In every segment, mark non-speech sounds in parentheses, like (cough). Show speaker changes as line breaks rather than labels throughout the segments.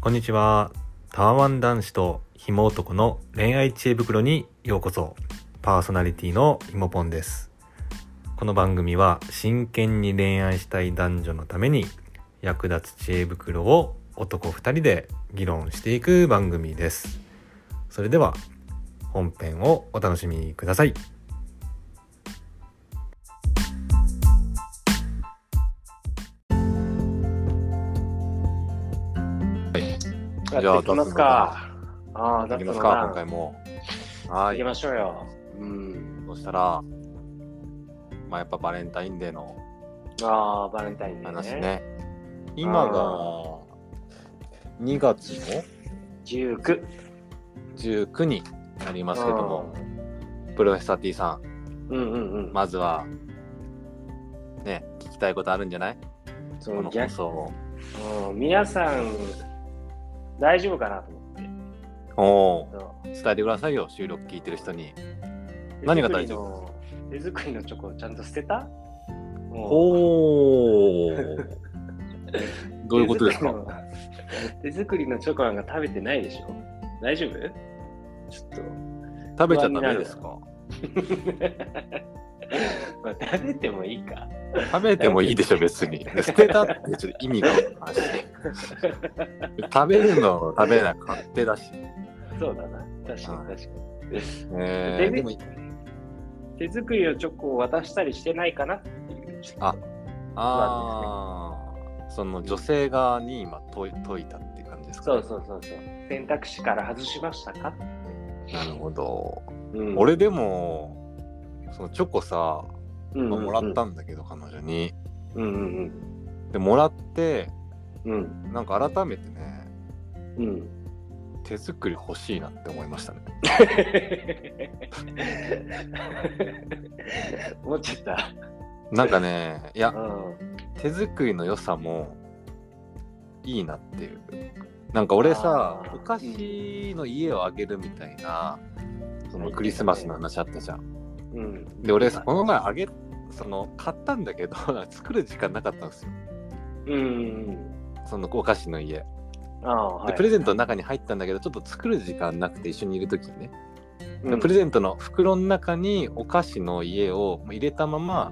こんにちは。タワマン男子とひも男の恋愛知恵袋にようこそ。パーソナリティのひもぽんです。この番組は真剣に恋愛したい男女のために役立つ知恵袋を男2人で議論していく番組です。それでは本編をお楽しみください。
やっていきますか。ああ、
い
ダ
き
ス
ま
の
す
タ
か、
ーン
今回も。は
行き
い。
ましょうよ。うん。
そしたら、まあやっぱバレンタインデーの
ああ、バレンタインデー
話
ね。
ね。今が
あ
2月の
19。
19になりますけども、
うん
プロフェッサー T さん、
うんうんうん。
まずは、ね、聞きたいことあるんじゃない
そ
こ
の
の
逆
放送を。
うん、皆さん、大丈夫かなと思って
おお、
そう。
伝えてくださいよ、収録聞いてる人に。何が大丈
夫手作りのチョコちゃんと捨てたも
おお。 (laughs) どういうことですか
手作りのチョコなんか食べてないでしょ大丈夫
(laughs)
ちょっと。 (laughs)
食べちゃダメですか
まあ、食べてもいいか。
食べてもいいでしょ、別
(laughs)
に。捨てたってちょっと意味があるし。食べるの食べない勝手
(laughs)
だし。
そうだな。確かに確かに。
えー、でも
手作りのチョコを渡したりしてないかなっていう。
あああ、その女性側に今問い解いたっていう感じですか。
そうそうそうそう。選択肢から外しましたか、
なるほど。
うん、
俺でも、そのチョコさ、
うんうん
ま
う
あ
ん
もらったんだけど、彼女に。
うんうん
で、もらって、
うん。うん
なんか改めてね、
うん。 (laughs)
手作り欲しいなって思いましたね。
思っちゃった。
なんか (laughs) ね、いや
う、ん。
手作りの良さもいいなっていうなんか俺さ
あー
お菓子の家をあげるみたいなその
はい
クリスマスの話あったじゃん
うん。
で俺さこの前あげその買ったんだけど (laughs) 作る時間なかったんですよ
うんうん。
そのお菓子の家
ああ、は
で
い。
プレゼントの中に入ったんだけどちょっと作る時間なくて一緒にいる時にねで
うん
プレゼントの袋の中にお菓子の家を入れたまま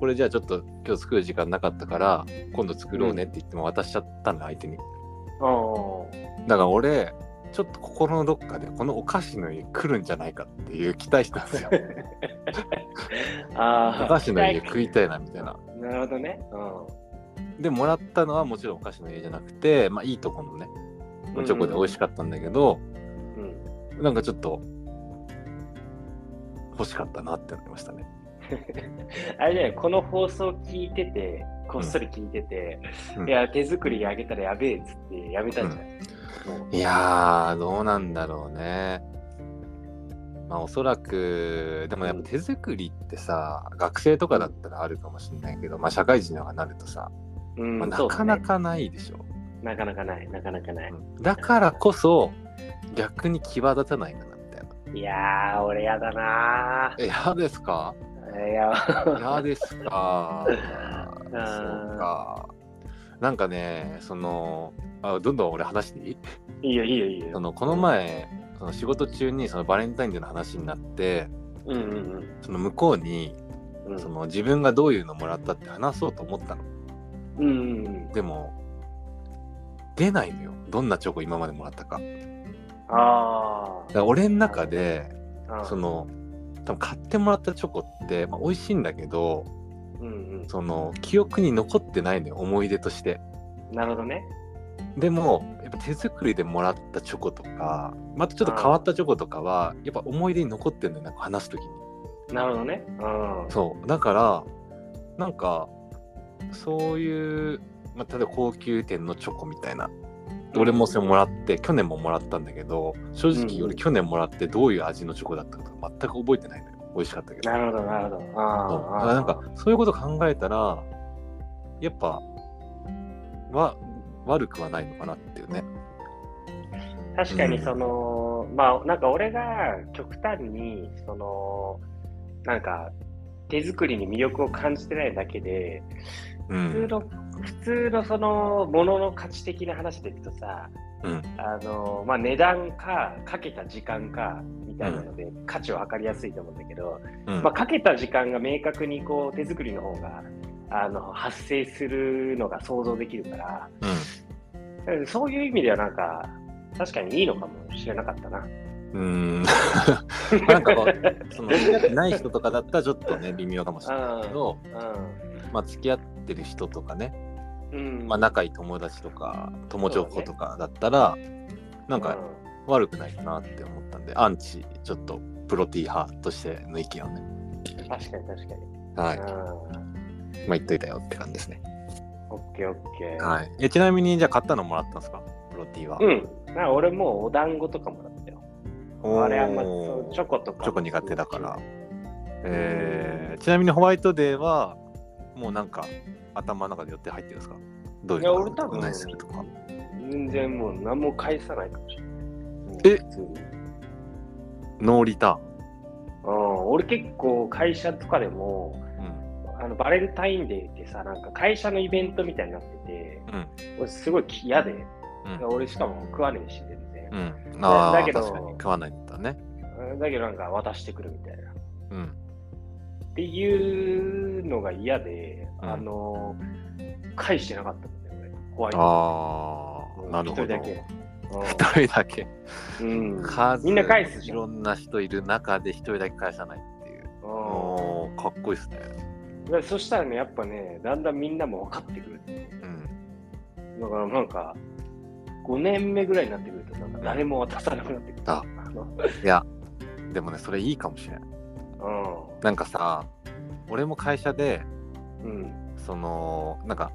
これじゃあちょっと今日作る時間なかったから今度作ろうねって言っても渡しちゃったの相手に
ああ
だから俺ちょっと心のどっかでこのお菓子の家来るんじゃないかっていう期待したんですよお
(laughs) ああ。
菓子の家食いたいなみたいな
なるほどね。
でもらったのはもちろんお菓子の家じゃなくてまあいいとこのね
うん。
チョコで美味し
い。
かったんだけど、
うん。
なんかちょっと欲しかったなって思いましたね
あれじゃない、この放送聞いてて、こっそり聞いてて、
うん
いや、手作りあげたらやべえっつってやめたんじゃない、もう
いやーどうなんだろうねまあおそらくでもやっぱ手作りってさ学生とかだったらあるかもしれないけど、まあ、社会人とかになるとさ、
うん
まあな
そう
か
だ
な
ね
かないでしょ、
なかなかない、なかなかない。
だからこそ逆に際立たないかなみたい
いやー、俺やだな
な。嫌ですか
ー。いや、
嫌です
(laughs)
かそう
ー
か。なんかね、そのあどんどん俺話していい
いいよ、いいよ、いい
そ
よ。
のこの前、その仕事中にそのバレンタインデーの話になって、
うんうん
その向こうに
うん。
その自分がどういうのもらったって話そうと思ったの。
うんうんうん。
でも、出ないのよ。どんなチョコ今までもらったか。だ
あ
から俺の中で、
あ。
そ、の多分買ってもらったチョコって、まあ、美味しいんだけど
うん
その記憶に残ってないのよ思い出として
うん。なるほどね。
でもやっぱ手作りでもらったチョコとかまたちょっと変わったチョコとかはやっぱ思い出に残ってるのよなんか話す時に
なるほどね。うん。
そうだからなんかそういう、まあ、例えば高級店のチョコみたいな俺もそれもらって去年ももらったんだけど正直
うんう
俺
ん
去年もらってどういう味のチョコだったかとか全く覚えてないのよ美味しかったけど
なるほど、なるほど。
そうだか
あ
ら
あ。
なんか、そういうこと考えたらやっぱは悪くはないのかなっていうね。
確かにその、まあなんか俺が極端にそのなんか手作りに魅力を感じてないだけで
う
普通
ん、
の普通のその物の価値的な話でいくとさ、
うん
あのまあ、値段かかけた時間かみたいなので価値を測りやすいと思うんだけど、
うん
まあ、かけた時間が明確にこう手作りの方があの発生するのが想像できるからうんそういう意味ではなんか確かにいいのかもしれなかったな。
うん、うーんなんかこうその付き合ってない人とかだったらちょっとね微妙かもしれないけど、まあ、付き合ってる人とかね、
うんうん
まあ、仲いい友達とか友情子とかだったら、なんか悪くないかなって思ったんでアンチちょっとプロティー派としての意見をね
うん確かに確かに。
はい
うん
まあ言っといたよって感じですね、
オッケーオッケー。
はい、えちなみにじゃあ買ったのもらったんですかプロティーは、
うん。なんか俺もうお団子とかもらったよ。
おー
あれあんまそうチョコとか。
チョコ苦手だから。えーちなみにホワイトデーはもうなんか頭の中で予定入ってるんですかどういう
いや俺多分
何するとか
全然もう何も返さないかもしれない。
え
普通に
ノーリタ
うん、俺結構会社とかでも、
ーン、
あのバレンタインデーってさ、なんか会社のイベントみたいになって
うんうん
て、俺すごい嫌で、
うん
俺しかも食わねえし、全然。
うん、あ
だ
あ
けど
確かに食わないんだね
だけどなんか渡してくるみたいな。
うん
っていうのが嫌で、
うん
あの、返してなかったもんね、俺。ホワイト
ああなるほど
一人だけ。
一人だけ
うんうん
数
みんな返す
い
じゃん。
ろんな人いる中で一人だけ返さないっていうおーかっこいいですね
うんでそしたらね、やっぱね、だんだんみんなも分かってくる。
うん
だからなんか、5年目ぐらいになってくると、なんか誰も渡さなくなってくる。
あ
の
いやでもねそれいいかもしれないなんかさ俺も会社で
うん。うん。
そのなんか、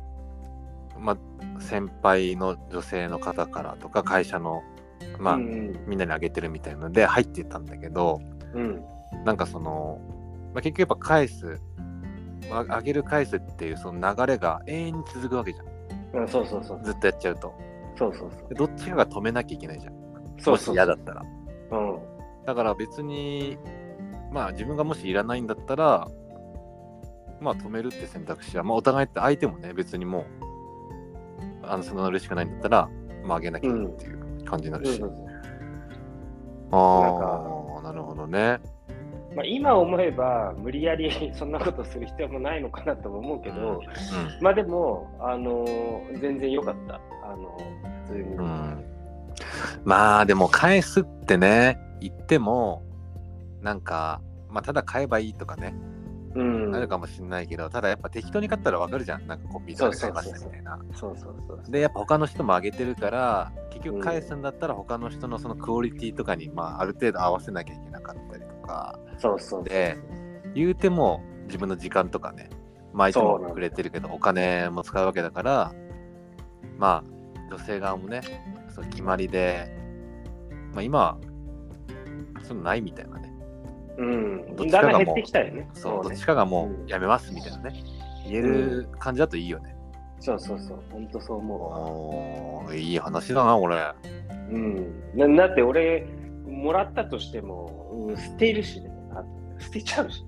ま、先輩の女性の方からとか会社の、まあ
うん
みんなにあげてるみたいので入ってたんだけど
うん。
なんかその、まあ、結局やっぱ返すああげる返すっていうその流れが永遠に続くわけじゃん
うん。そうそうそう。
ずっとやっちゃうと
そうそう
でどっちかが止めなきゃいけないじゃん
そう。
もし嫌だったら
うん。
だから別にまあ自分がもしいらないんだったらまあ止めるって選択肢は、まあ、お互いって相手もね別にもうあのそんな嬉しくないんだったらまああげなきゃいけないっていう感じになる
そう
し、
そうそう
ああなるほどね
まあ、今思えば、無理やりそんなことする必要もないのかなとも思うけど、まあでも、あのー全然良かった。あのー普通に。
うん、うんまあでも返すってね言ってもなんかまあただ買えばいいとかね、
うん
あるかもしれないけどただやっぱ適当に買ったらわかるじゃんなんかコンビニとかで買いましたみたいな
そうそうそう。
でやっぱ他の人も上げてるから結局返すんだったら他の人のそのクオリティとかに、まあ、ある程度合わせなきゃいけなかったりとか
そうそうそう。
で言うても自分の時間とかねまあいつもくれてるけどお金も使うわけだからまあ女性側もねそう決まりで、まあ、今はそういうのないみたいなね
うん。
どっち
だ
か
ん
が
だん
もう
減ってきたよね。
そう
そう
どっ
ね
ちかがもうやめますみたいなね言える感じだといいよね、
そうそうそう。本当そう思うわ。
おーいい話だな俺
うん、なだって俺、もらったとしても、うん捨てるしね、あ捨てちゃうし、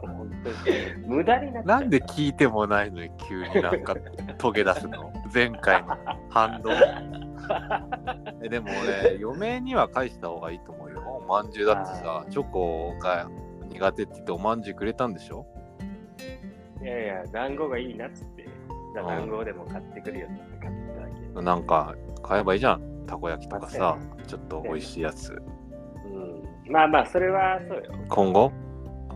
本当に無駄になっちゃう。
なんで聞いてもないのに急になんか遂げ出す
(laughs)
の前回の反動えでも俺嫁には返した方がいいと思うよおまんじゅうだってさチョコが苦手って言っておまんじゅうくれたんでしょ
いやいや、団子がいいなっつって、じゃあ団子でも買ってくるよって買ってきただけ。
なんか買えばいいじゃんたこ焼きとかさちょっと美味しいやつ
うん、まあまあ、それはそうよ。
今後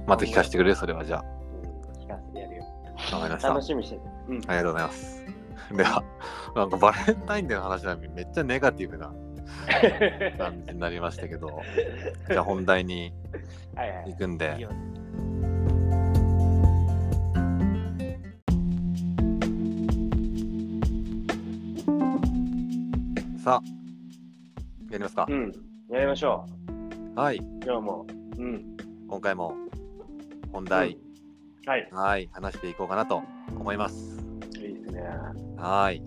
また聞かせてくれそれはじゃ
うん、聞かせてやるよ。
あわかりました
楽しみにしてて。うん
ありがとうございますではなんかバレンタインデーの話はめっちゃネガティブな感じになりましたけどじゃあ本題に
はいはい
行くんで
いいよ
さあ、やりますか
う。ん、やりましょ
はい、
う。今日も。うん。
今回も本題、
うんはい。
はい、話していこうかなと思います。
いいですね。
はい。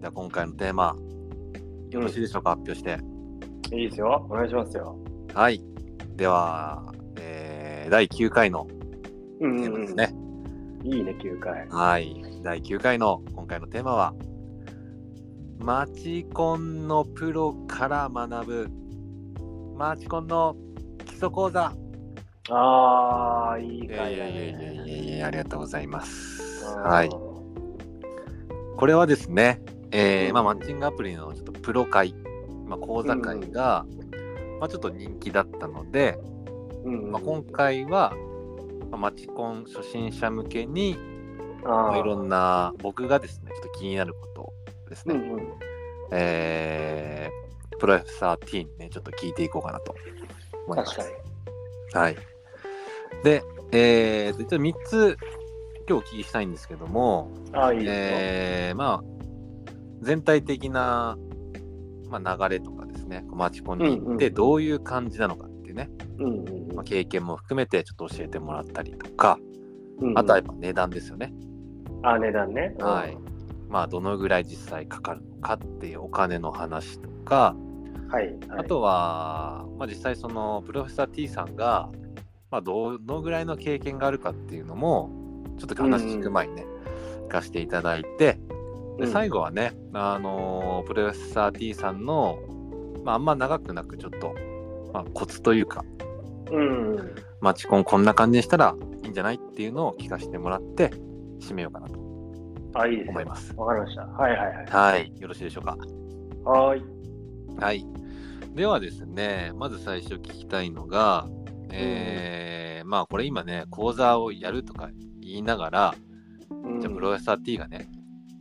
じゃあ今回のテーマ、よろしいでしょうか、発表して。
いいですよ。お願いしますよ。
はい。では、えー第9回の
う
テ
ん
ーマですね。
いいね、9回。
はい。第9回の今回のテーマは、マチコンのプロから学ぶ、マチコンの基礎講座。
ああ、い
い
い
や
回
い
だ
やいやいや
ね。
いやいや、ありがとうございます。
うん
はい。。これはですね、えーまあ、マッチングアプリのちょっとプロ会、まあ、講座会が、まあ、ちょっと人気だったので、
うん
まあ、今回は、まあ、マチコン初心者向けに、まあ、いろん
な。
な僕がですねちょっと気になることをですね、
うんうん。
えープロフェッサー T にねちょっと聞いていこうかなと思います
確かに。
はいでえー、と一応3つ今日お聞きしたいんですけども、
ああ、いいね。
えーまあ全体的な、まあ、流れとかですねマチコンに行ってどういう感じなのかっていうね、
うんうん
まあ、経験も含めてちょっと教えてもらったりとか
うんうん。
あとはやっぱ値段ですよね、
あ、値段ね。うん
はい。まあどのぐらい実際かかるのかっていうお金の話とか、
はい。はい
あとは、まあ、実際そのプロフェッサー T さんが、まあ、どのぐらいの経験があるかっていうのもちょっと話聞く前にね、聞かせていただいてで最後はね、あのープロフェッサー T さんの、まあ、あんま長くなくちょっと、まあ、コツというか
うんうん。
マチコンこんな感じにしたらいいんじゃないっていうのを聞かせてもらって締めようかなと
あ、いいです
思い
ね。
ます。
わかりました。はいはいはい。
はい、よろしいでしょうか。
はーい。
はい。ではですね、まず最初聞きたいのが、えーまあこれ今ね、講座をやるとか言いながら、
うん
じゃあプロレスター T がね、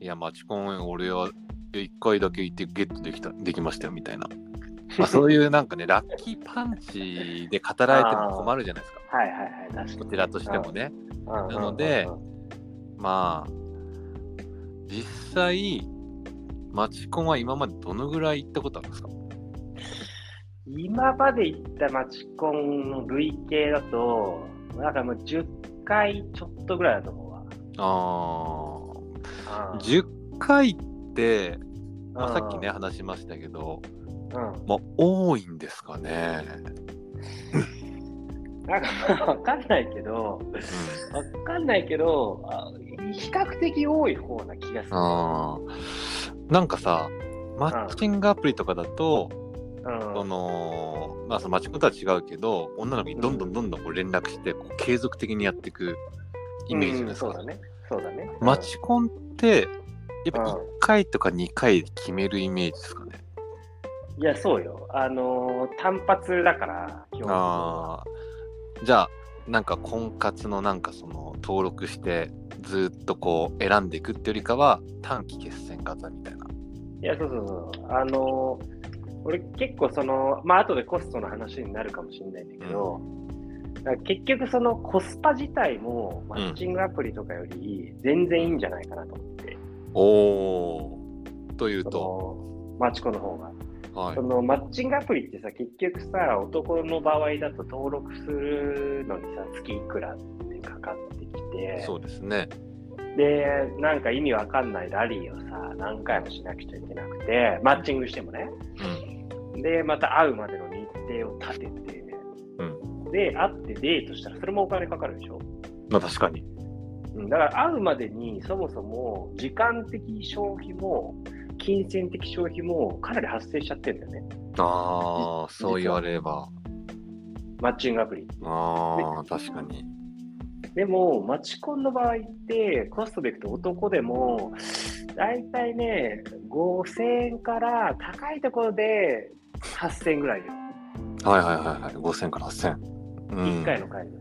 いや、マチコン俺は1回だけ行ってゲットできたできましたよみたいな、
(laughs)
まあ、そういうなんかね、ラッキーパンチで語られても困るじゃないですか、
はいはいはい。確かに。
こちらとしてもね。
な
なのでまあ、実際、マチコンは今までどのぐらい行ったことあるんですか
今まで行ったマチコンの累計だと、なんかもう10回ちょっとぐらいだと思うわ。
ああ。
うん
10回って、まあ、
うん
さっきね話しましたけど、
う
まあ、多いんですかね。
ん。なんかまあわかんないけど、わかんないけど、あ比較的多い方な気がする。
あーなんかさマッチングアプリとかだと、
うん
そのまあそのマッチングとは違うけど女の子にどんどんどんどんこう連絡してこう継続的にやっていくイメージじゃないですか。
うんそうだね。そうだね。
マチコンってやっぱ
うん
1回とか2回で決めるイメージですかね。
うんいや、そうよ。あのー、単発だから、基本的に
あ
は
ーじゃあなんか婚活のなんかその登録してずっとこう選んでいくってよりかは短期決戦型みたいな。
いや、そうそうそう。あのー俺結構その、まあ後でコストの話になるかもしれないんだけど、だから結局そのコスパ自体もマッチングアプリとかより全然いいんじゃないかなと思って、
おという
そ
と、
のマチコの方が。
はい
そ、のマッチングアプリってさ、結局さ、男の場合だと登録するのにさ、月いくらってかかってきて、
そうですね。
で、なんか意味わかんないラリーをさ、何回もしなくちゃいけなくて、マッチングしてもね。
うん
で、また会うまでの日程を立てて、
う
で、会ってデートしたら、それもお金かかるでしょ。
まあ確かに。
うんだから会うまでに、そもそも時間的消費も、金銭的消費もかなり発生しちゃってるんだよね。
ああそう言われれば。
マッチングアプリ。
ああ確かに。
でも、マチコンの場合って、コストでいくと男でも、だいたいね、5000円から高いところで8000円ぐらいよ。
はいはいはいはい。5000から8000。うん
1回の会で。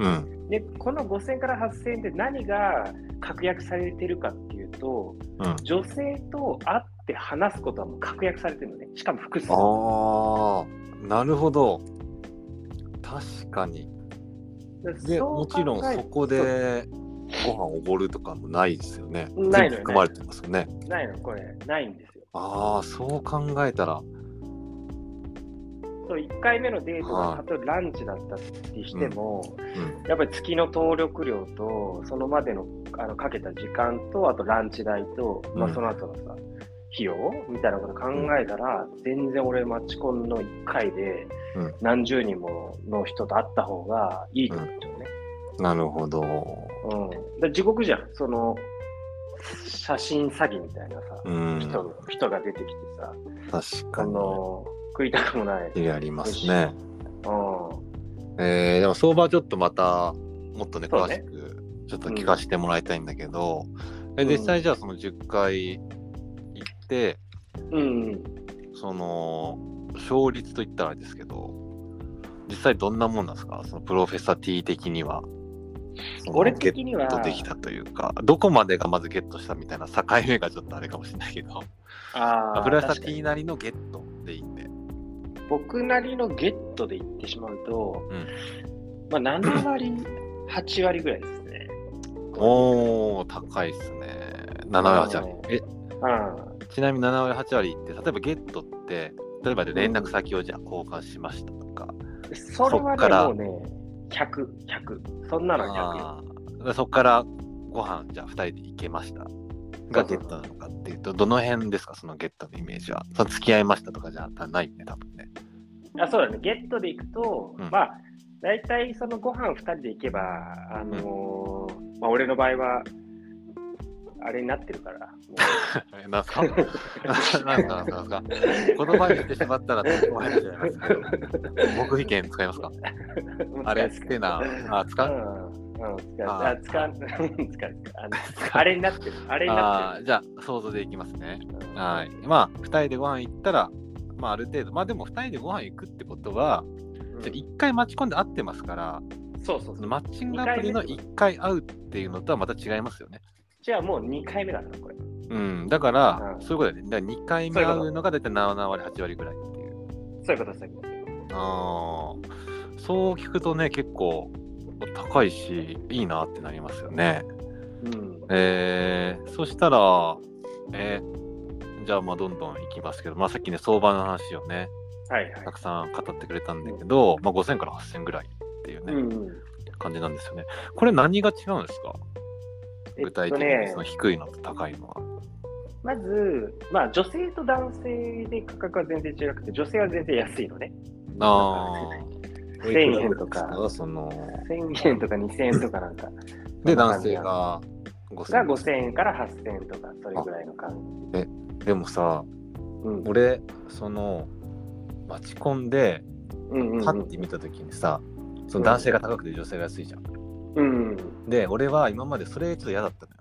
うん。
で、この5000から8000円で何が確約されてるかっていうと、
うん
女性と会って話すことはもう確約されてるのね。しかも複数。
ああなるほど。確かに。で
そう
もちろん
考え
そこでご飯おごるとかもないですよね。
な
全
いのよね
部含まれてますよね。
そうないの、これ、ないんですよ。
ああ、そう考えたら。
そう1回目のデート
は
が
い
例えばランチだったりしても、
うん、
やっぱり月の登録料と、そのまでのあのかけた時間と、あとランチ代と、ま
う
あ、
ん
その後のさ、費用みたいなこと考えたら、全然俺、マチコンの1回で
うん
何十人もの人と会った方がいいと思っちゃうね。
なるほど。
うん、だから地獄じゃん、その写真詐欺みたいなさ、
うん。
人の人が出てきてさ、
確
あ
かに。
の食いたくもない、うん、
いありますね。えーでも相場ちょっとまたもっとね
そう
詳
ね
しくちょっと聞かせてもらいたいんだけど、え実際じゃあその10回行って、
うんうん、
その勝率といったらあれですけど実際どんなもんなんですかそのプロフェッサー T 的には。その
俺
ゲ
的には
ットできたというかどこまでがまずゲットしたみたいな境目がちょっとあれかもしれないけど
あー
プロフェッ
確
サー
かに
T なりのゲットでいいんで。
僕なりのゲットで言ってしまうと、
うん
まあ、7割、8割ぐらいですね。
おー高いっすね。7割8割
うん。
え
うん
ちなみに7割8割って例えばゲットって例えばで連絡先をじゃあ交換しましたとか、
それ
そっ
は
か
ね、
ら
もうね、100、100。そんなの100。
あーそこからご飯じゃあ2人で行けましたがゲットなのかっていうとどの辺ですかそのゲットのイメージはその付き合いましたとかじゃないよね多分ね (laughs)
あそうだね、ゲットで行くと、
うん
まあ、大体そのご飯2人で行けば、あのーまあ、俺の場合は、あれになって
(laughs)
るから、も
えなん
(laughs)
すかなんすかなんすかなんすかこの場に言ってしまったら怖いじゃないますけど僕意見使いますか
う
あれ
使
ってなあ使
う
うん
うん、使う。
あ
あ、使う。使う。あのあれになってる。あれになっ
あーじゃあ想像でいきますね
てる。
はい。まあ、2人でご飯行ったら、まあ、ある程度、まあでも2人でご飯行くってことは、
うん
じゃあ1回待ち込んで会ってますから、
そうそうそう。
マッチングアプリの1回会うっていうのとはまた違いますよね。
じゃあもう2回目だから、これ。
うん、だから、
うん
そういうことだね。だから2回目会うのが大体7割、8割ぐらいっていう。
そういうことですそういうこ
あーそう聞くとね、結構高いし、いいなってなりますよね。
とうん。
えー、そしたら、えーじゃあ、まあ、どんどん行きますけど、まあ、さっきね、相場の話をね、
はいはい
た。くさん語ってくれたんだけど、まあ、5000から8000ぐらいっていうね、
うん。
感じなんですよね。これ何が違うんですか
え
具
っと
体的に
ね
その、低いのと高いのは。
まず、まあ、女性と男性で価格は全然違くて、女性は全然安いのね。
あ
(laughs)
あ。
1000円とか
その
1000円とか2000円とかな
(laughs)
んか、
で、男性が5000
が5000円から8000円とか、それぐらいの感
でもさ、
じ。うん
俺、その、待ち込んで、
うんうん
パッて見たときにさ、その男性が高くて女性が安いじゃん。
うん。
で、俺は今までそれちょっと嫌だったの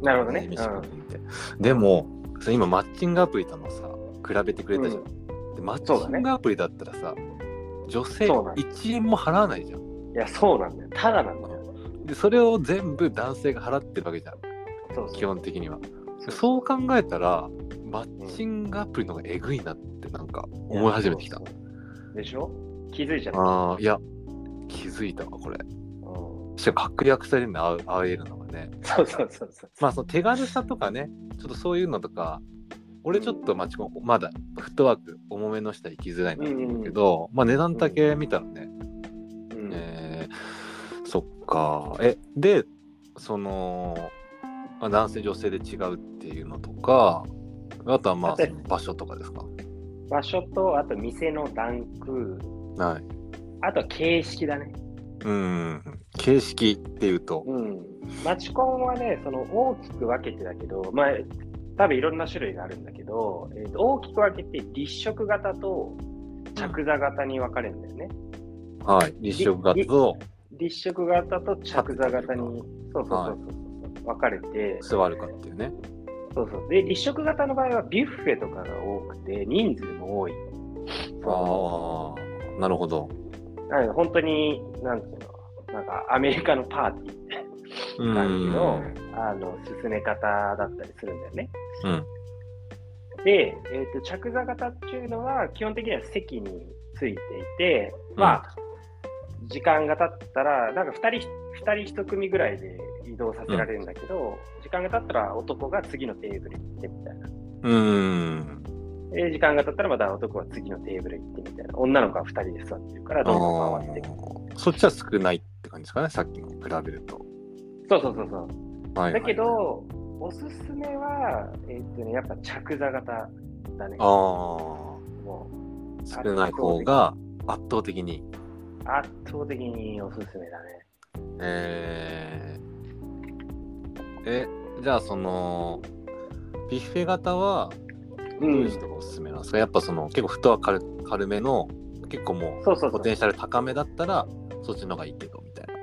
よ。
なるほどね。
ミシコンにいてでもそれ今マッチングアプリとのさ比べてくれたじゃん、でマッ
そうだ
チング
ね
アプリだったらさ、女性
そうなの
1円も払わないじゃん
うんいや、そうなんだよ。ただなんだよ。
でそれを全部男性が払ってるわけじゃん
そう
基
そう。
本的には
そう
そう考えたらマッチングアプリの方がえぐいなってなんか思い始めてきた
そうそうでしょ気づいちゃった。
あーいや気づいたわこれ
うん
しかも確約されるの会う会えるのがね
そうそうそうそう。
まあその手軽さとかねちょっとそういうのとか俺ちょっとまあちこまだフットワーク重めの人は行きづらいなと思うけど、まあ値段だけ見たらね、
うん
えーそっかえでその、まあ、男性女性で違うっていうのとかあとはまあ
だって
その場所とかですか
場所と、あと店のランク、
はい
あとは形式だね。
うん形式っていうと
うん。マチコンはね、その大きく分けてだけど、まあ、多分いろんな種類があるんだけど、えーと大きく分けて立食型と着座型に分かれるんだよね。
はい立食型と
立食型と着座型に、そうそうそう
はい
そうそう、分かれて、
座るかっていうね
そうそう。で、立食型の場合はビュッフェとかが多くて、人数も多い。
ああなるほど、
なので本当に、なんていうの、なんかアメリカのパーティーみたい
うん
な感じの、あの、進め方だったりするんだよね。
うん
で、えー、と着座型っていうのは基本的には席についていて、まあ、時間が経ったらなんか2人二人1組ぐらいで移動させられるんだけど、時間が経ったら男が次のテーブル行ってみたいな。
うん
で時間が経ったらまた男は次のテーブル行ってみたいな。女の子は2人で座ってるからどんどん
あ
回っていく。
ーそっちは少ないって感じですかね、さっきの比べると。
そうそうそうそう。
はいはい
だけ、ど、おすすめは、えーっとね、やっぱ着座型だね。
ああ、
もう
少ない方が圧倒的に。
圧倒的におすすめだね。
えー、え、じゃあその、ビュッフェ型はどういう人がおすすめなんですか、やっぱその結構太は軽軽めの、結構も
そうそう
う
そ
ポ
う
テ。ンシャル高めだったら、そっちの方がいいけどみたいな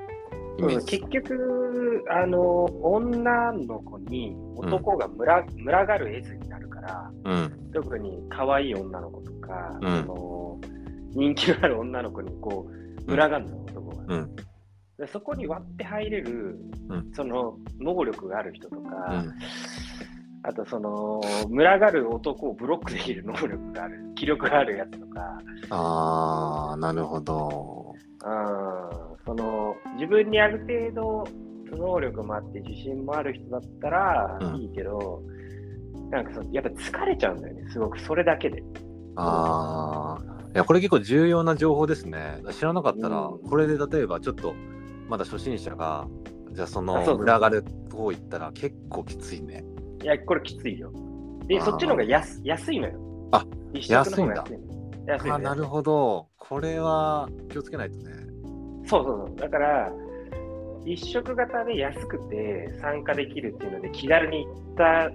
イメ
う
ー
ん
ジ。
結局あの、女の子に男が群,、群がる絵図になるから、
うん、
特に可愛い女の子とか、
うん
その人気のある女の子にこう群がるの、男が、
うん
で。そこに割って入れる、
うん
その能力がある人とか、
うん、
あとその群がる男をブロックできる能力がある、気力があるやつとか、
あー、なるほど。
うんその自分にある程度能力もあって自信もある人だったら
うん
いいけど、なんかそのやっぱ疲れちゃうんだよねすごくそれだけで
ああ、いや、これ結構重要な情報ですね。知らなかったら、
うん
これで例えばちょっと、まだ初心者が、じゃあその
あそうそう
群がる方行ったら結構きついね。
いやこれきついよで
あー
そっちの方が安安いのよ
あ
一食の方が安いの安い
あ
の
な
よ
るほど。これは気をつけないとね。
そうそうそうだから一食型で安くて参加できるっていうので気軽に行った行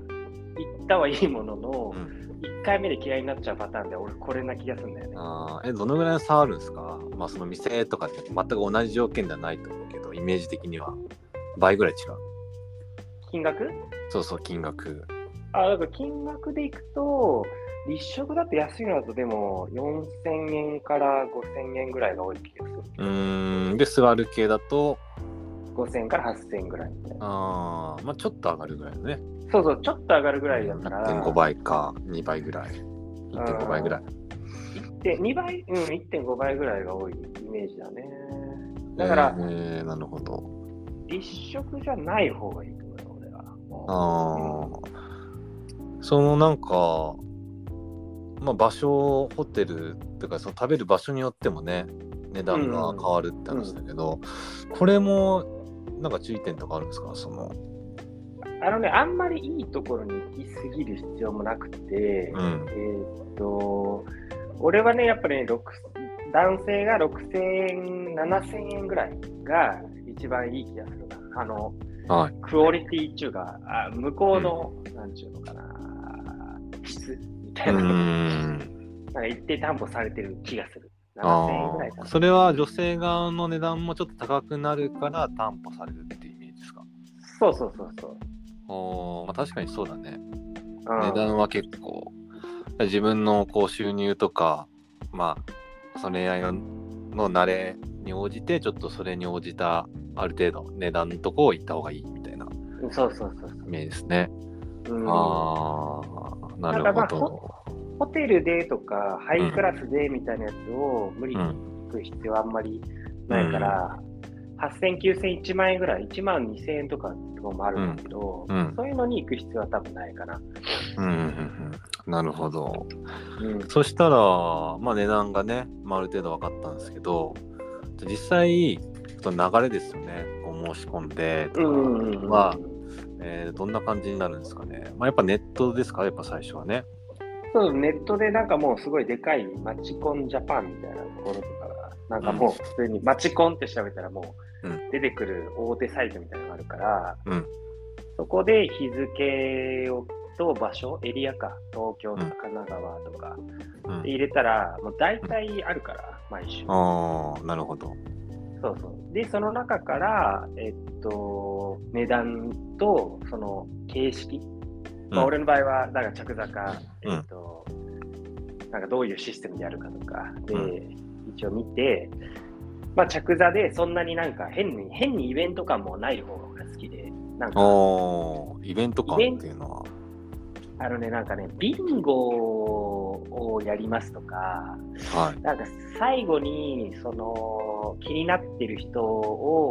ったはいいものの、
うん
一1回目で嫌いになっちゃうパターンで俺これな気がするんだよね
あーえ、どのぐらいの差あるんですかまあその店とかって全く同じ条件ではないと思うけど、イメージ的には倍ぐらい違う。
金額
そうそう、金額。
あ、だから金額でいくと、立食だと安いのだとでも4000円から5000円ぐらいが多い気がする。
うーん。で、座る系だと、
5000円から8000円ぐらいみたいな。
あーまあちょっと上がるぐらいだね。
そうそう、ちょっと上がるぐらいだから、
1.5倍か2倍ぐらい1.5倍ぐらい
で2倍、うん、1.5倍ぐらいが多いイメージだね。だから、
えーなるほど
立食じゃない方がいいと思うよ、俺は。も
ああそのなんかまあ場所ホテルとかその食べる場所によってもね値段が変わるって話だけど、これもなんか注意点とかあるんですかその
うあのね、あんまりいいところに行きすぎる必要もなくて、
うん
えーっと、俺はね、やっぱり、ね、6男性が6000円、7000円ぐらいが一番いい気がするな。あの、
はい
クオリティっていうか、あ向こうの、なんちゅうのかな、質みた
う
いな、なん
ーん
か一定担保されてる気がする。
あ
7000円ぐらいか
ー
な。
それは女性側の値段もちょっと高くなるから担保されるっていうイメージですか
そうそうそうそう。
おーまあ確かにそうだね
うん
値段は結構自分のこう収入とかまあその恋愛のの慣れに応じてちょっとそれに応じたある程度値段のとこを行った方がいいみたいな
そうそうそう
イメージですね。
そう。うん
ああなるほど。
ホテルでとか、ハイクラスでみたいなやつを無理
う
に
ん
行く必要はあんまりないから、8000、9000、1万円ぐらい、1万2000円とかとかもあるんだけど、
うんうん
そういうのに行く必要は多分ないかな。
うんうんうんうんなるほど。
うん
そしたら、まあ、値段がね、まあ、ある程度分かったんですけど実際その流れですよねこう申し込んでとかは、えーどんな感じになるんですかね。まあ、やっぱネットですかやっぱ最初はね。
そうネットでなんかもうすごいでかいマチコンジャパンみたいなところとかなんかもう普通にマチコンって調べたらも
うん
う出てくる大手サイトみたいなのがあるから、
うん
そこで日付をと場所、エリアか、東京とか神奈川とか
うん
で入れたら、もう大体あるから、毎週。
ああ、なるほど。
そうそう。で、その中から、えっと、値段と、その、形式。まあ、
うん
俺の場合は、だから着座か、
うん
えっと、なんかどういうシステムでやるかとか、で、
う
一応見て、まあ、着座で、そんなになんか変に、変にイベント感もない方が俺は好きで、なんか、
おーイベント感っていうのは。
あのね、なんかね、ビンゴをやりますとか、
はい。
なんか最後にその気になってる人を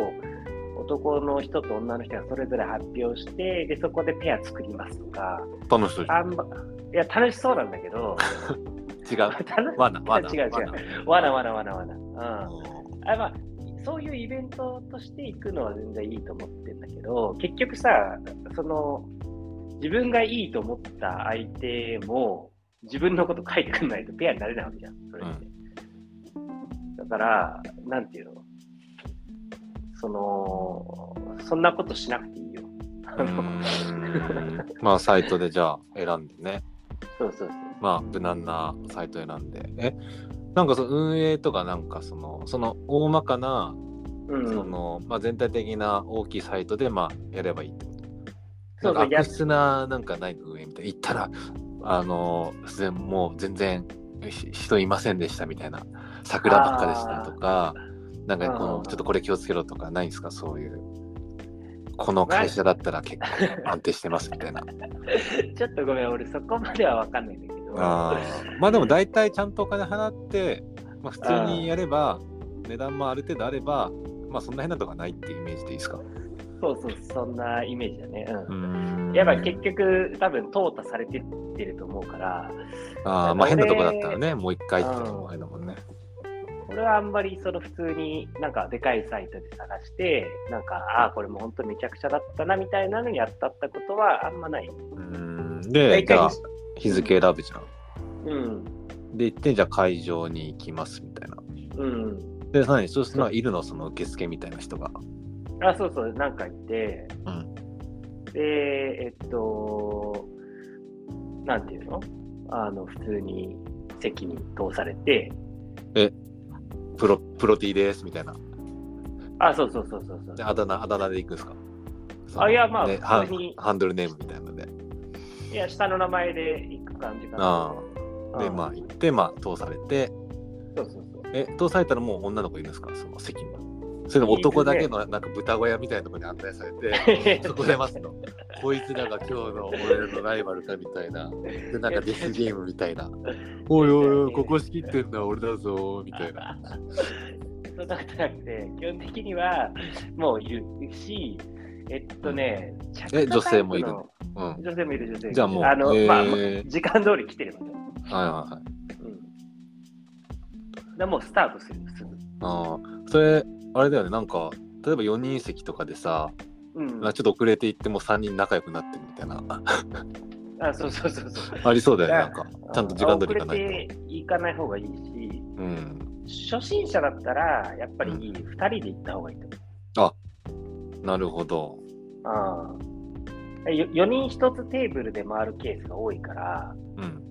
男の人と女の人がそれぞれ発表してでそこでペア作りますとか
楽しそう
あんまいや楽しそうなんだ
(laughs)
けど (laughs)
じゃん。違う。
楽
わ (laughs) な、わな。
違う違う
罠
わなわなわなわな、うん
あ
あ
ー
まあ、そういうイベントとして行くのは全然いいと思ってんだけど結局さその自分がいいと思った相手も自分のこと書いてくんないとペアになれないわけじゃんそれって、だからなんていうのその、そんなことしなくていいよ。あ
う
の
ーん (laughs) まあサイトでじゃあ選んでね
そうそうそう。
まあ無難なサイト選んでえなんかその運営とかなんかそのその大まかな、
うん、
その、まあ、全体的な大きいサイトでまあやればいいってこと
そ
なん
うそう
か
や
悪質ななんかないの運営みたいな行ったらあの全もう全然ひ人いませんでしたみたいな桜ばっかでしたとかなんかこ
う
の
ん
ちょっとこれ気をつけろとかないんですかそういうこの会社だったら結構安定してますみた
(laughs)
いな
ちょっとごめん、俺そこまでは分かんないんだけど。
あーまあでも大体ちゃんとお金払って、まあ、普通にやれば値段もある程度あればまあそんな変なとこはないっていうイメージでいいですか
そうそう、そんなイメージだね。うん。
ん
やっぱ結局、多分、淘汰されてってると思うから、
あーまあ変なとこだったらねもう一回っていうのもあれだもんね
俺はあんまりその普通になんかでかいサイトで探して、なんか、ああ、これも本当めちゃくちゃだったなみたいなのにやったったことはあんまない。
うんでじゃあ日付選ぶじゃん
うん。
で行ってじゃあ会場に行きますみたいな
うん。
で何そうするのいるのその受付みたいな人が
あ、そうそう、なんか言って、
うん
で、えっと、なんていうのあの、普通に席に通されて、
プロプロティですみたいな
あ、そうそうそうそうそう
で。あだ名あだ名で行くんですかその
あいやまあ
ね
普
ハ
通に
ンハンドルネームみたいなので
いや、下の名前で行く感じかな。
あ
うん
でまあ行ってまあ通されて
そうそうそう。
え通されたらもう女の子いるんですかその席にそれでも男だけのなんか豚小屋みたいなところに案内され (laughs) てそこで待つのこいつらが今日の俺のライバルかみたいなでなんかディスゲームみたいなおいおいおいここ仕切ってんだ俺だぞみたいな
そうなことなくて、基本的にはもういるし、えっとね、
え女性もいる
の
のうんはい
女性もいる、女性もいる
じゃあもう
あの、
えー
まあ、まあ時間通り来てればね。
はいはい
うん。でもうスタートする、すぐ。
あーそれあれだよねなんか例えば4人席とかでさ、
うん。
なんかちょっと遅れて行っても3人仲良くなってるみたいな (laughs)
あ、そうそうそうそう。
ありそうだよねなんかちゃんと時間通り行かな
遅
い
れて行かない方がいいし、
とうん
初心者だったら、やっぱり2人で行った方がいいと思う。
なるほど。
ああよ4人1つテーブルで回るケースが多いから、
うん。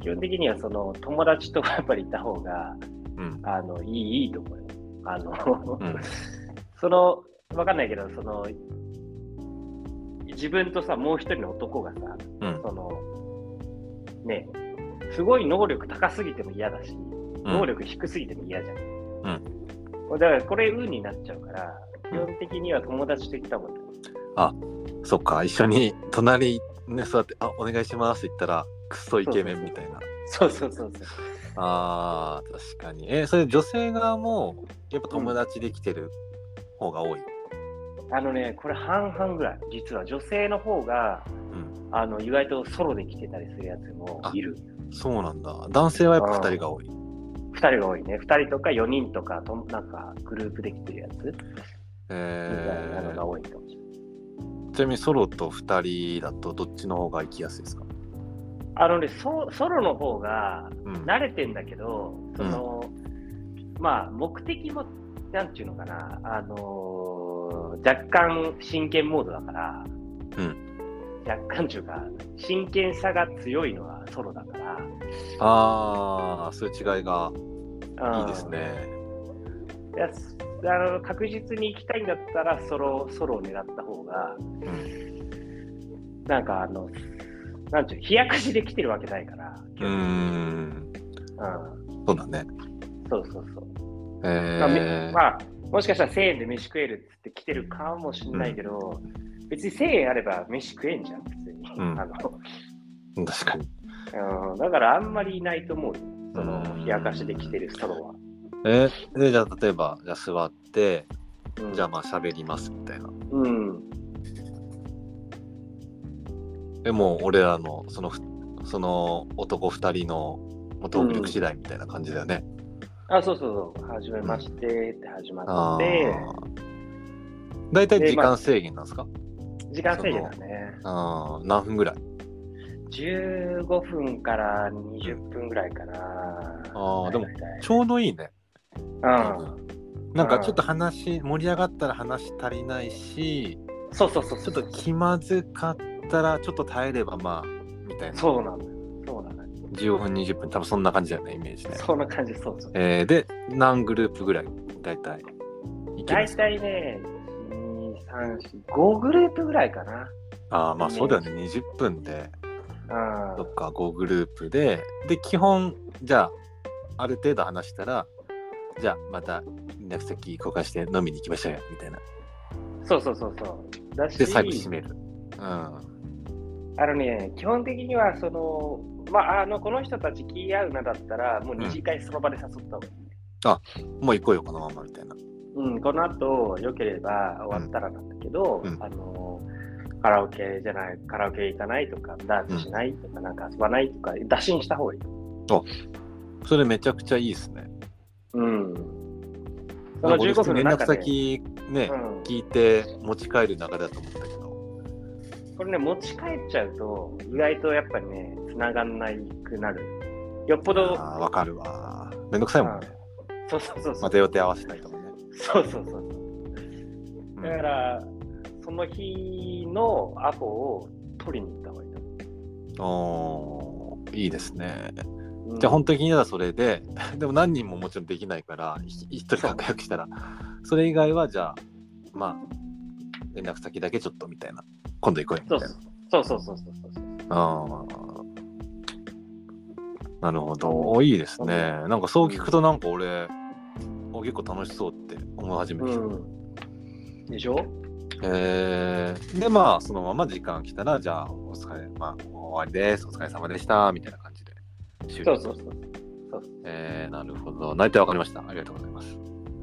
基本的にはその友達とやっぱりいた方が
うん。
あのいいいいと思うよ。あの
うん
(laughs) その分かんないけどその自分とさもう一人の男がさ
うん。
そのねすごい能力高すぎても嫌だし能力低すぎても嫌じゃん。だからこれ運になっちゃうから基本的には友達と行った方がいい。
そっか、一緒に隣ね、座って、あ、お願いしますって言ったら、クソイケメンみたいな。
そうそうそうそう。
あー、確かに。え、それ女性側も、やっぱ友達できてる方が多い。
あのね、これ半々ぐらい。実は女性の方が、
ん
あの、意外とソロで来てたりするやつもいる。
そうなんだ。男性はやっぱ二人が多い。
2人が多いね。2人とか4人とかと、なんかグループで来てるやつみたいな
え
のが
ー、
多いかもしれない。
ちなみにソロと二人だと、どっちの方が行きやすいですか
あのね、ソソロの方が
うん。
慣れてんだけど、その、まあ、目的も、なんていうのかな、あのー若干真剣モードだから、
うん
若干っていうか、真剣さが強いのはソロだから、
あー、そういう違いが
うん
いいですね。
いやすあの確実に行きたいんだったらソロソロを狙った方が、なんかあのなんていうの冷やかしで来てるわけないから、
うーん。
うん、
そうだね。
そうそうそう、
え
まあ
ー
め、まあもしかしたら1000円で飯食えるっつって来てるかもしれないけど、別に1000円あれば飯食えんじゃん普通に、
うん
あの
うん確かに。
うん、だからあんまりいないと思うよそ
うん
の冷やかしで来てるソロは、
えでじゃあ例えばじゃあ座って
うん、
じゃあまあ喋りますみたいな
うん
でもう俺らのそのふその男2人のもうトーク力次第みたいな感じだよね、
あそうそうそう初めましてって始ま
あ
って、
ー大体時間制限なんですか、
時間制限だね。
あー、何分ぐらい
15分から20分ぐらいかな。
あーでも
大体
ちょうどいいね、
う
うんなんかちょっと話盛り上がったら話足りないし
そうそうそう
ち
そ
ょ
う
っと気まずかったらちょっと耐えればまあみたいな
そうなんだよそうなんだよ
15分20分多分そんな感じだよねイメージね、
そんな感じそうそう
えーで何グループぐらい大体いけま
大
す
体ね5グループぐらいかな
ああまあそうだよね20分で
うん
そっか5グループでで基本じゃあある程度話したらじゃあまた連絡先交換して飲みに行きましょうよみたいな
そうそうそうそうだし
で最後締めるうん
あのね、基本的にはその、まあ、あのこの人たち気合うなだったら、もう二次会その場で誘った方がいい。
もう行こうよこのままみたいな
うん、この後良ければ終わったらなんだけど、
うん
あのカラオケじゃない、カラオケ行かないとか、ダーツしないとか、なんか遊ばないとか、打診した方がいい。
それめちゃくちゃいいですね
うん。そ
な
の
んか俺
15分の
連絡
中で、
先ね、
う
聞いて持ち帰る流れだと思ったけど
ん、これね、持ち帰っちゃうと、意外とやっぱりね、繋がんないくなる。よっぽど、
あーわかるわめんどくさいもんね
そうそうそうそ
ま
う
た。予定合わせないとかね
そうそうそう。
うん
だから、その日のアポを取りに行った方がいいと思
おーいいですね
う。うん
じゃあ本当に気にならそれで (laughs) でも何人ももちろんできないからひ一人確約したらそれ以外はじゃあまあ連絡先だけちょっとみたいな今度行こうよみた
そ
いうな
そうそうそうそうそうそう。
あーなるほどおいいですねなんかそう聞くとなんか俺お結構楽しそうって思い始めてきた、
うん。でしょ
えーでまあそのまま時間来たらじゃあお疲れまあ終わりですお疲れ様でしたみたいな感じで終
そ
了
うそうそう。
えーなるほど大体わかりましたありがとうございます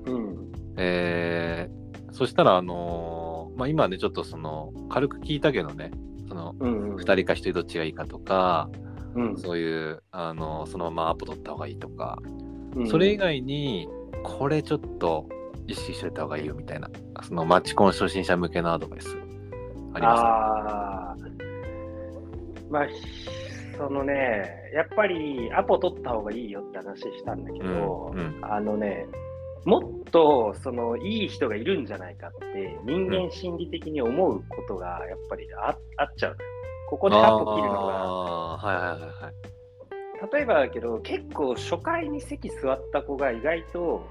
うん。
えーそしたら、あのーまあ、今ね、ちょっとその、軽く聞いたけどね、その、
うん、うん。
2人か1人どっちがいいかとか、
うん、
そういう、あのーそのままアポ取った方がいいとか、
うん
それ以外に、これちょっと意識してた方がいいよみたいな、その、マッチコン初心者向けのアドバイス、あります
ああー。まあ、ひそのね、やっぱりアポ取った方がいいよって話したんだけど、
うんうん
あのね、もっとそのいい人がいるんじゃないかって人間心理的に思うことがやっぱりあ,、あっちゃうのよ。ここでアポ切るのが
あーはいはいはいはい。
例えばだけど結構初回に席座った子が意外と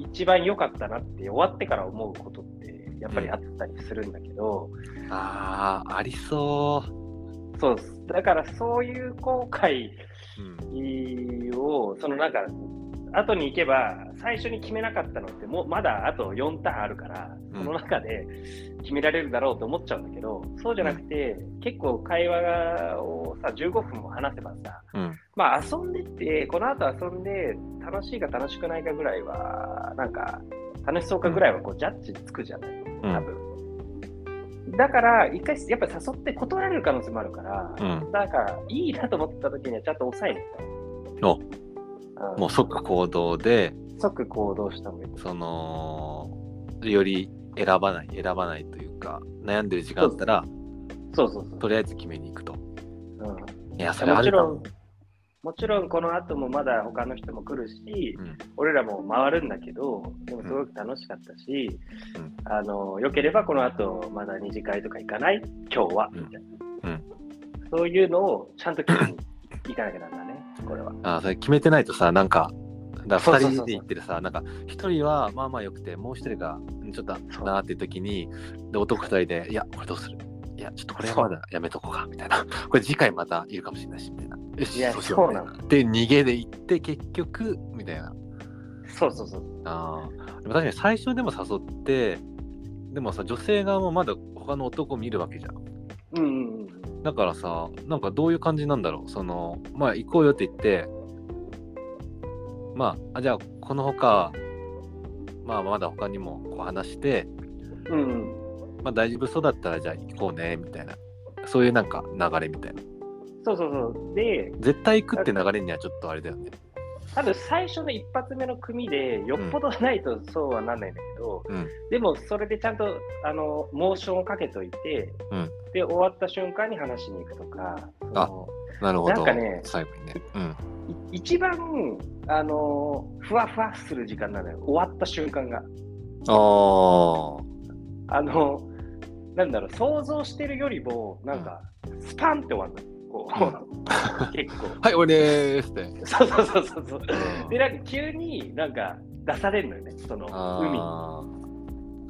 一番良かったなって終わってから思うことってやっぱりあったりするんだけど、
ああ、ありそ
そうですだからそういう後
う。
悔
うん。
をそのなんか後に行けば最初に決めなかったのってもうまだあと4ターンあるから
う
そ
ん
の中で決められるだろうと思っちゃうんだけど、そうじゃなくて結構会話をさ15分も話せばさ
うん。
まあ遊んでって、この後遊んで、楽しいか楽しくないかぐらいは、なんか、楽しそうかぐらいはこうジャッジつくじゃない、
う
多
ん。
分。だから、一回、やっぱり誘って断られる可能性もあるから、
うん。
なんか、いいなと思った時にはちゃんと抑える
お
うん
もう即行動で、
即行動した方がいい。
そのより選ばない選ばないというか悩んでる時間あったら
そうそうそう。
とりあえず決めに行くと
うん
いやそれあ
もち
るか
ろ
も
ん、もちろんこの後もまだ他の人も来るし、
うん
俺らも回るんだけど、でもすごく楽しかったし、
うん
あの、良ければこの後まだ二次会とか行かない今日は、
うん
みたいな、
うん
そういうのをちゃんと決めに行かなきゃなんだね、これは。
あそれ決めてないとさなんかだから
そう
2人
そうそうそう
で行ってるさなんか1人はまあまあよくてもう1人がうんちょっと
そう
なーっていう時にで男2人でいやこれどうするいやちょっとこれはまだやめとこうかみたいな (laughs) これ次回またいるかもしれないしみたいなよ
い
し
や
そうしようみたい
そう
なで逃げで行って結局みたいな
そうそうそう。
ああ、でも確かに最初でも誘って、でもさ、女性側もまだ他の男を見るわけじゃん。
うんうんうん。
だからさ、なんかどういう感じなんだろう。その、まあ行こうよって言って、まあ、あじゃあこのほか、まあまだ他にもこう話して、
うんうん
まあ大丈夫そうだったらじゃあ行こうね、みたいな。そういうなんか流れみたいな。
そうそうそう。で、
絶対行くって流れにはちょっとあれだよね。
多分最初の一発目の組でよっぽどないとそうはなんないんだけど、
うん
でもそれでちゃんとあのモーションをかけといて、
うん
で終わった瞬間に話しに行くとかその
なるほど。
なんかね
最後にね。うん。
い一番あのーふわふわする時間なのよ。終わった瞬間が。
ああ。
あのーなんだろう、想像してるよりも、なんか、スパンって終わるの。こう、結構。
はい、俺ですっ
(laughs)
て。
そうそうそうそうそう。で、なんか急になんか出されるのよね、その海に。
あ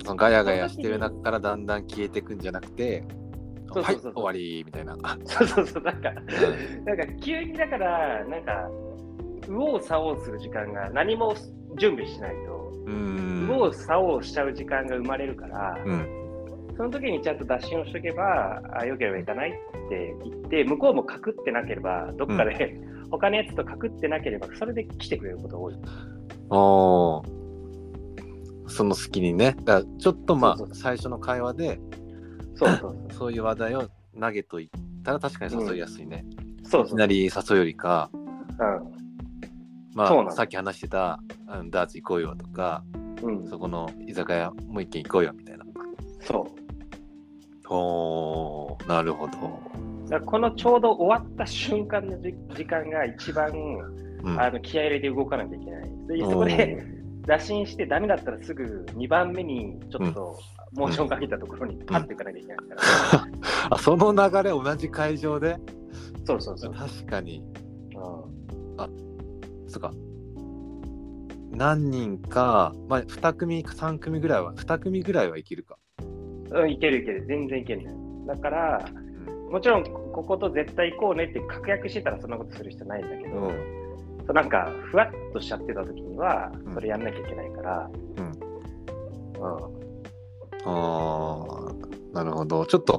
ーそのガヤガヤしてる中からだんだん消えてくんじゃなくて、
そう
は
そう
い、
そうそ
終
う
わりみたいな。
(laughs) そうそうそう、なんか、なんか急にだから、なんか、右往左往する時間が何も準備しないと、
う
右
ん。
往左往しちゃう時間が生まれるから、
うん。
その時にちゃんと脱診をしとけば、あよければいかないって言って、向こうもかくってなければ、どっかで、他のやつとかくってなければ、それで来てくれることが多い。
おお。その隙にね、だからちょっとまあ
そうそう
最初の会話で
そうそう
(laughs)
そう。
そういう話題を投げといたら確かに誘いやすいね。
そう
い
そ
き
う。
なり誘うよりか、ま
そうなの
あさっき話してたあのダーツ行こうよとか、
うん。うん。
そこの居酒屋もう一軒行こうよみたいな。
そう。
おー、なるほど。
だからこのちょうど終わった瞬間のじ時間が一番
うん
あの気合い入れて動かなきゃいけない。でそこで打診してダメだったらすぐ2番目にちょっとモーションかけたところにパッていかなきゃいけないから。 (laughs)
あその流れ同じ会場で
そうそうそう。
確かに
う
そっか何人か、まあ、2組3組ぐらいは2組ぐらいはいけるか
んうん、いけるいける。全然いけるんだよ。だから、もちろんここと絶対行こうねって確約してたらそんなことする人ないんだけど、
ん
そうなんかふわっとしちゃってた時には
ん
それやんなきゃいけないから。
うん
うん
あーなるほどちょっと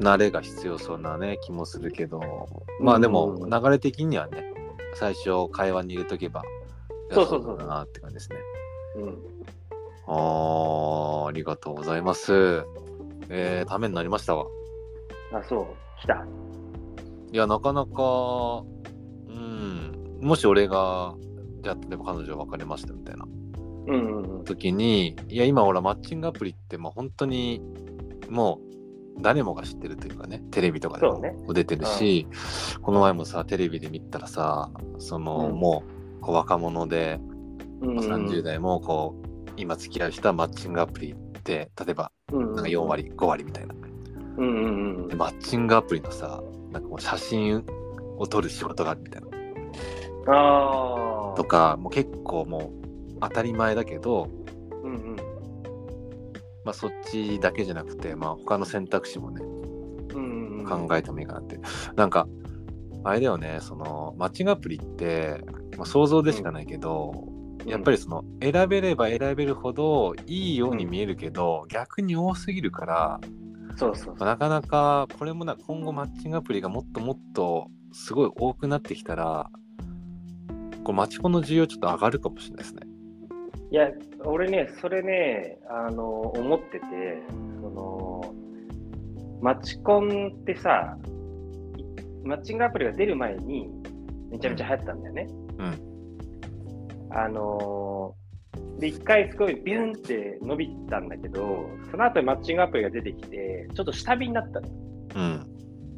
慣れが必要そうなね気もするけどまあでも
うん
流れ的にはね最初会話に入れとけば
そうそうそう
だなって感じですね
うん
あーありがとうございますえー、ためになりましたわ
あ、そう。来た。
いや、なかなか、うん、もし俺が、じゃあ、例えば彼女別れましたみたいな
うんうんうん。
時に、いや、今、ほら、マッチングアプリって、まあ、本当に、もう、誰もが知ってるというかね、テレビとかで
そ
も
うね
出てるし、この前もさ、テレビで見たらさ、その、
うん
もう、こう若者で、
うんうん
30代も、こう、今付き合う人はマッチングアプリって、例えば、
うん
なんか4。割、5割みたいな。
うんうんう
で
ん。
マッチングアプリのさ、なんかもう写真を撮る仕事があるみたいな。
ああ。
と。かもう結構もう当たり前だけど、
うんうん。
まあ、そっちだけじゃなくて、まあ、他の選択肢もね
うんうん、
考えてもいいかなって、なんかあれだよねそのマッチングアプリって、まあ、想像でしかないけど、やっぱ
り、
りその選べれば選べるほどいいように見えるけど、逆に多すぎるから、
そうそう
まあなかなかこれもな今後マッチングアプリがもっともっとすごい多くなってきたらこうマチコンの需要ちょっと上がるかもしれないですね。
いや俺ねそれねあの思っててそのマチコンってさいマッチングアプリが出る前にめちゃめちゃ流行ったんだよね、
うん
あので一回すごいビュンって伸びたんだけどその後にマッチングアプリが出てきてちょっと下火になったの
うん、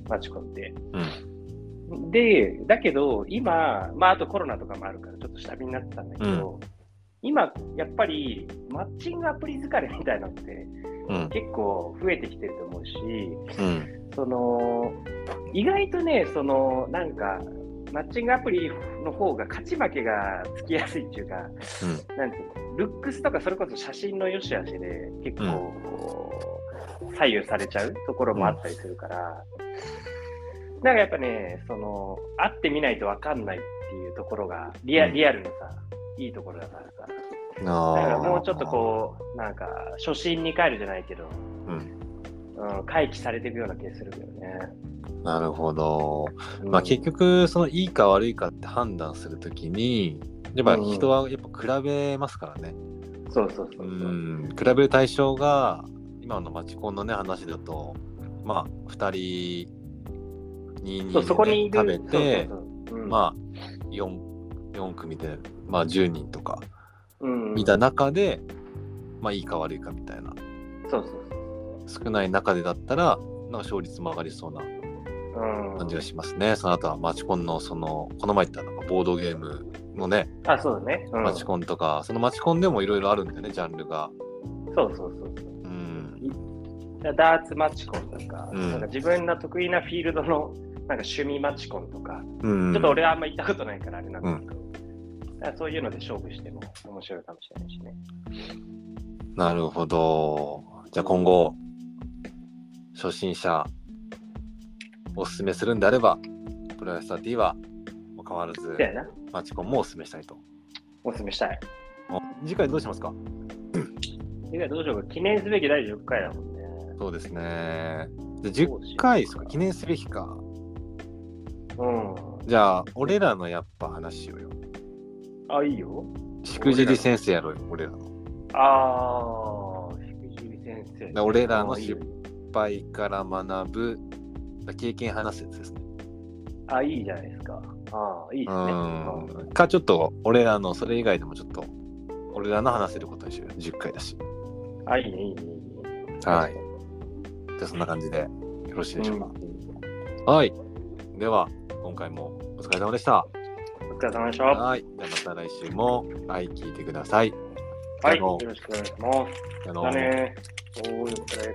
マチコンって。
うん
で、だけど、今、まあ、あとコロナとかもあるから、ちょっと下火になってたんだけど、今、やっぱり、マッチングアプリ疲れみたいなのって、
うん
結構増えてきてると思うし、
うん
その、意外とね、その、なんか、マッチングアプリの方が勝ち負けがつきやすいっていうか、
うん
なんていうのルックスとかそれこそ写真の良し悪しで結構こう、左右されちゃうところもあったりするから、だからやっぱねその会ってみないと分かんないっていうところがリア,、
うん
リアルのさいいところだからさだからもうちょっとこうなんか初心に帰るじゃないけど、
うん
うん回帰されていくような気がするけどね。
なるほど、
うん
まあ結局そのいいか悪いかって判断するときにやっぱ
うん
人はやっぱ比べますからね、
そうそうそううそう、
ん、比べる対象が今のマチコンのね話だとまあ2人に
そうそこにいる
食べて
そうそうそううん
まあ 4, 4組で、まあ、10人とか
うんうん
見た中で、まあいいか悪いかみたいな
そうそうそう
少ない中でだったらなんか勝率も上がりそうな
うん
感じがしますね。その後はマチコンのそのこの前言ったなんかボードゲームのね、
あ、そうだね。うん
マチコンとか、そのマチコンでもいろいろあるんでねジャンルが。
そうそうそうそう。
うん
ダーツマチコンとか、
うん
なんか自分の得意なフィールドのなんか趣味マチコンとか、
うん、
ちょっと俺はあんま行ったことないからあれなんだけど、だからそういうので勝負しても面白いかもしれないしね。
なるほど。じゃあ今後、初心者、おすすめするんであれば、プロレスター T は変わらず、
だよな。
マチコンもおすすめしたいと。
おすすめしたい。
お次回どうしますか
いや、どうしようか。記念すべき第10回だもんね。
そうですね。で
どうしよ
10
う
回ですか、記念すべきか。
う
じゃあ、俺らのやっぱ話しようよ。
ん。あ、いいよ。
しくじり先生やろうよ、俺らの。
あー、しくじり先生。
で俺らの
あいいよ
失敗から学ぶ、経験話すやつですね。
あ、いいじゃないですか。あー、いいで
う
すね。
ん。か、ちょっと、俺らの、それ以外でもちょっと、俺らの話せることにしようよ、10回だし。
うんあ、いいね、いいね、いいね。
はい。じゃあそんな感じでよろしいでしょうか。
うん
はい。では、今回もお疲れ様でした。
お疲れ様でした。は
はい。じゃあまた来週も、はい、聞いてください。
い、よろしくお願いします。
あ
だ
の
ね。おー、お疲れ。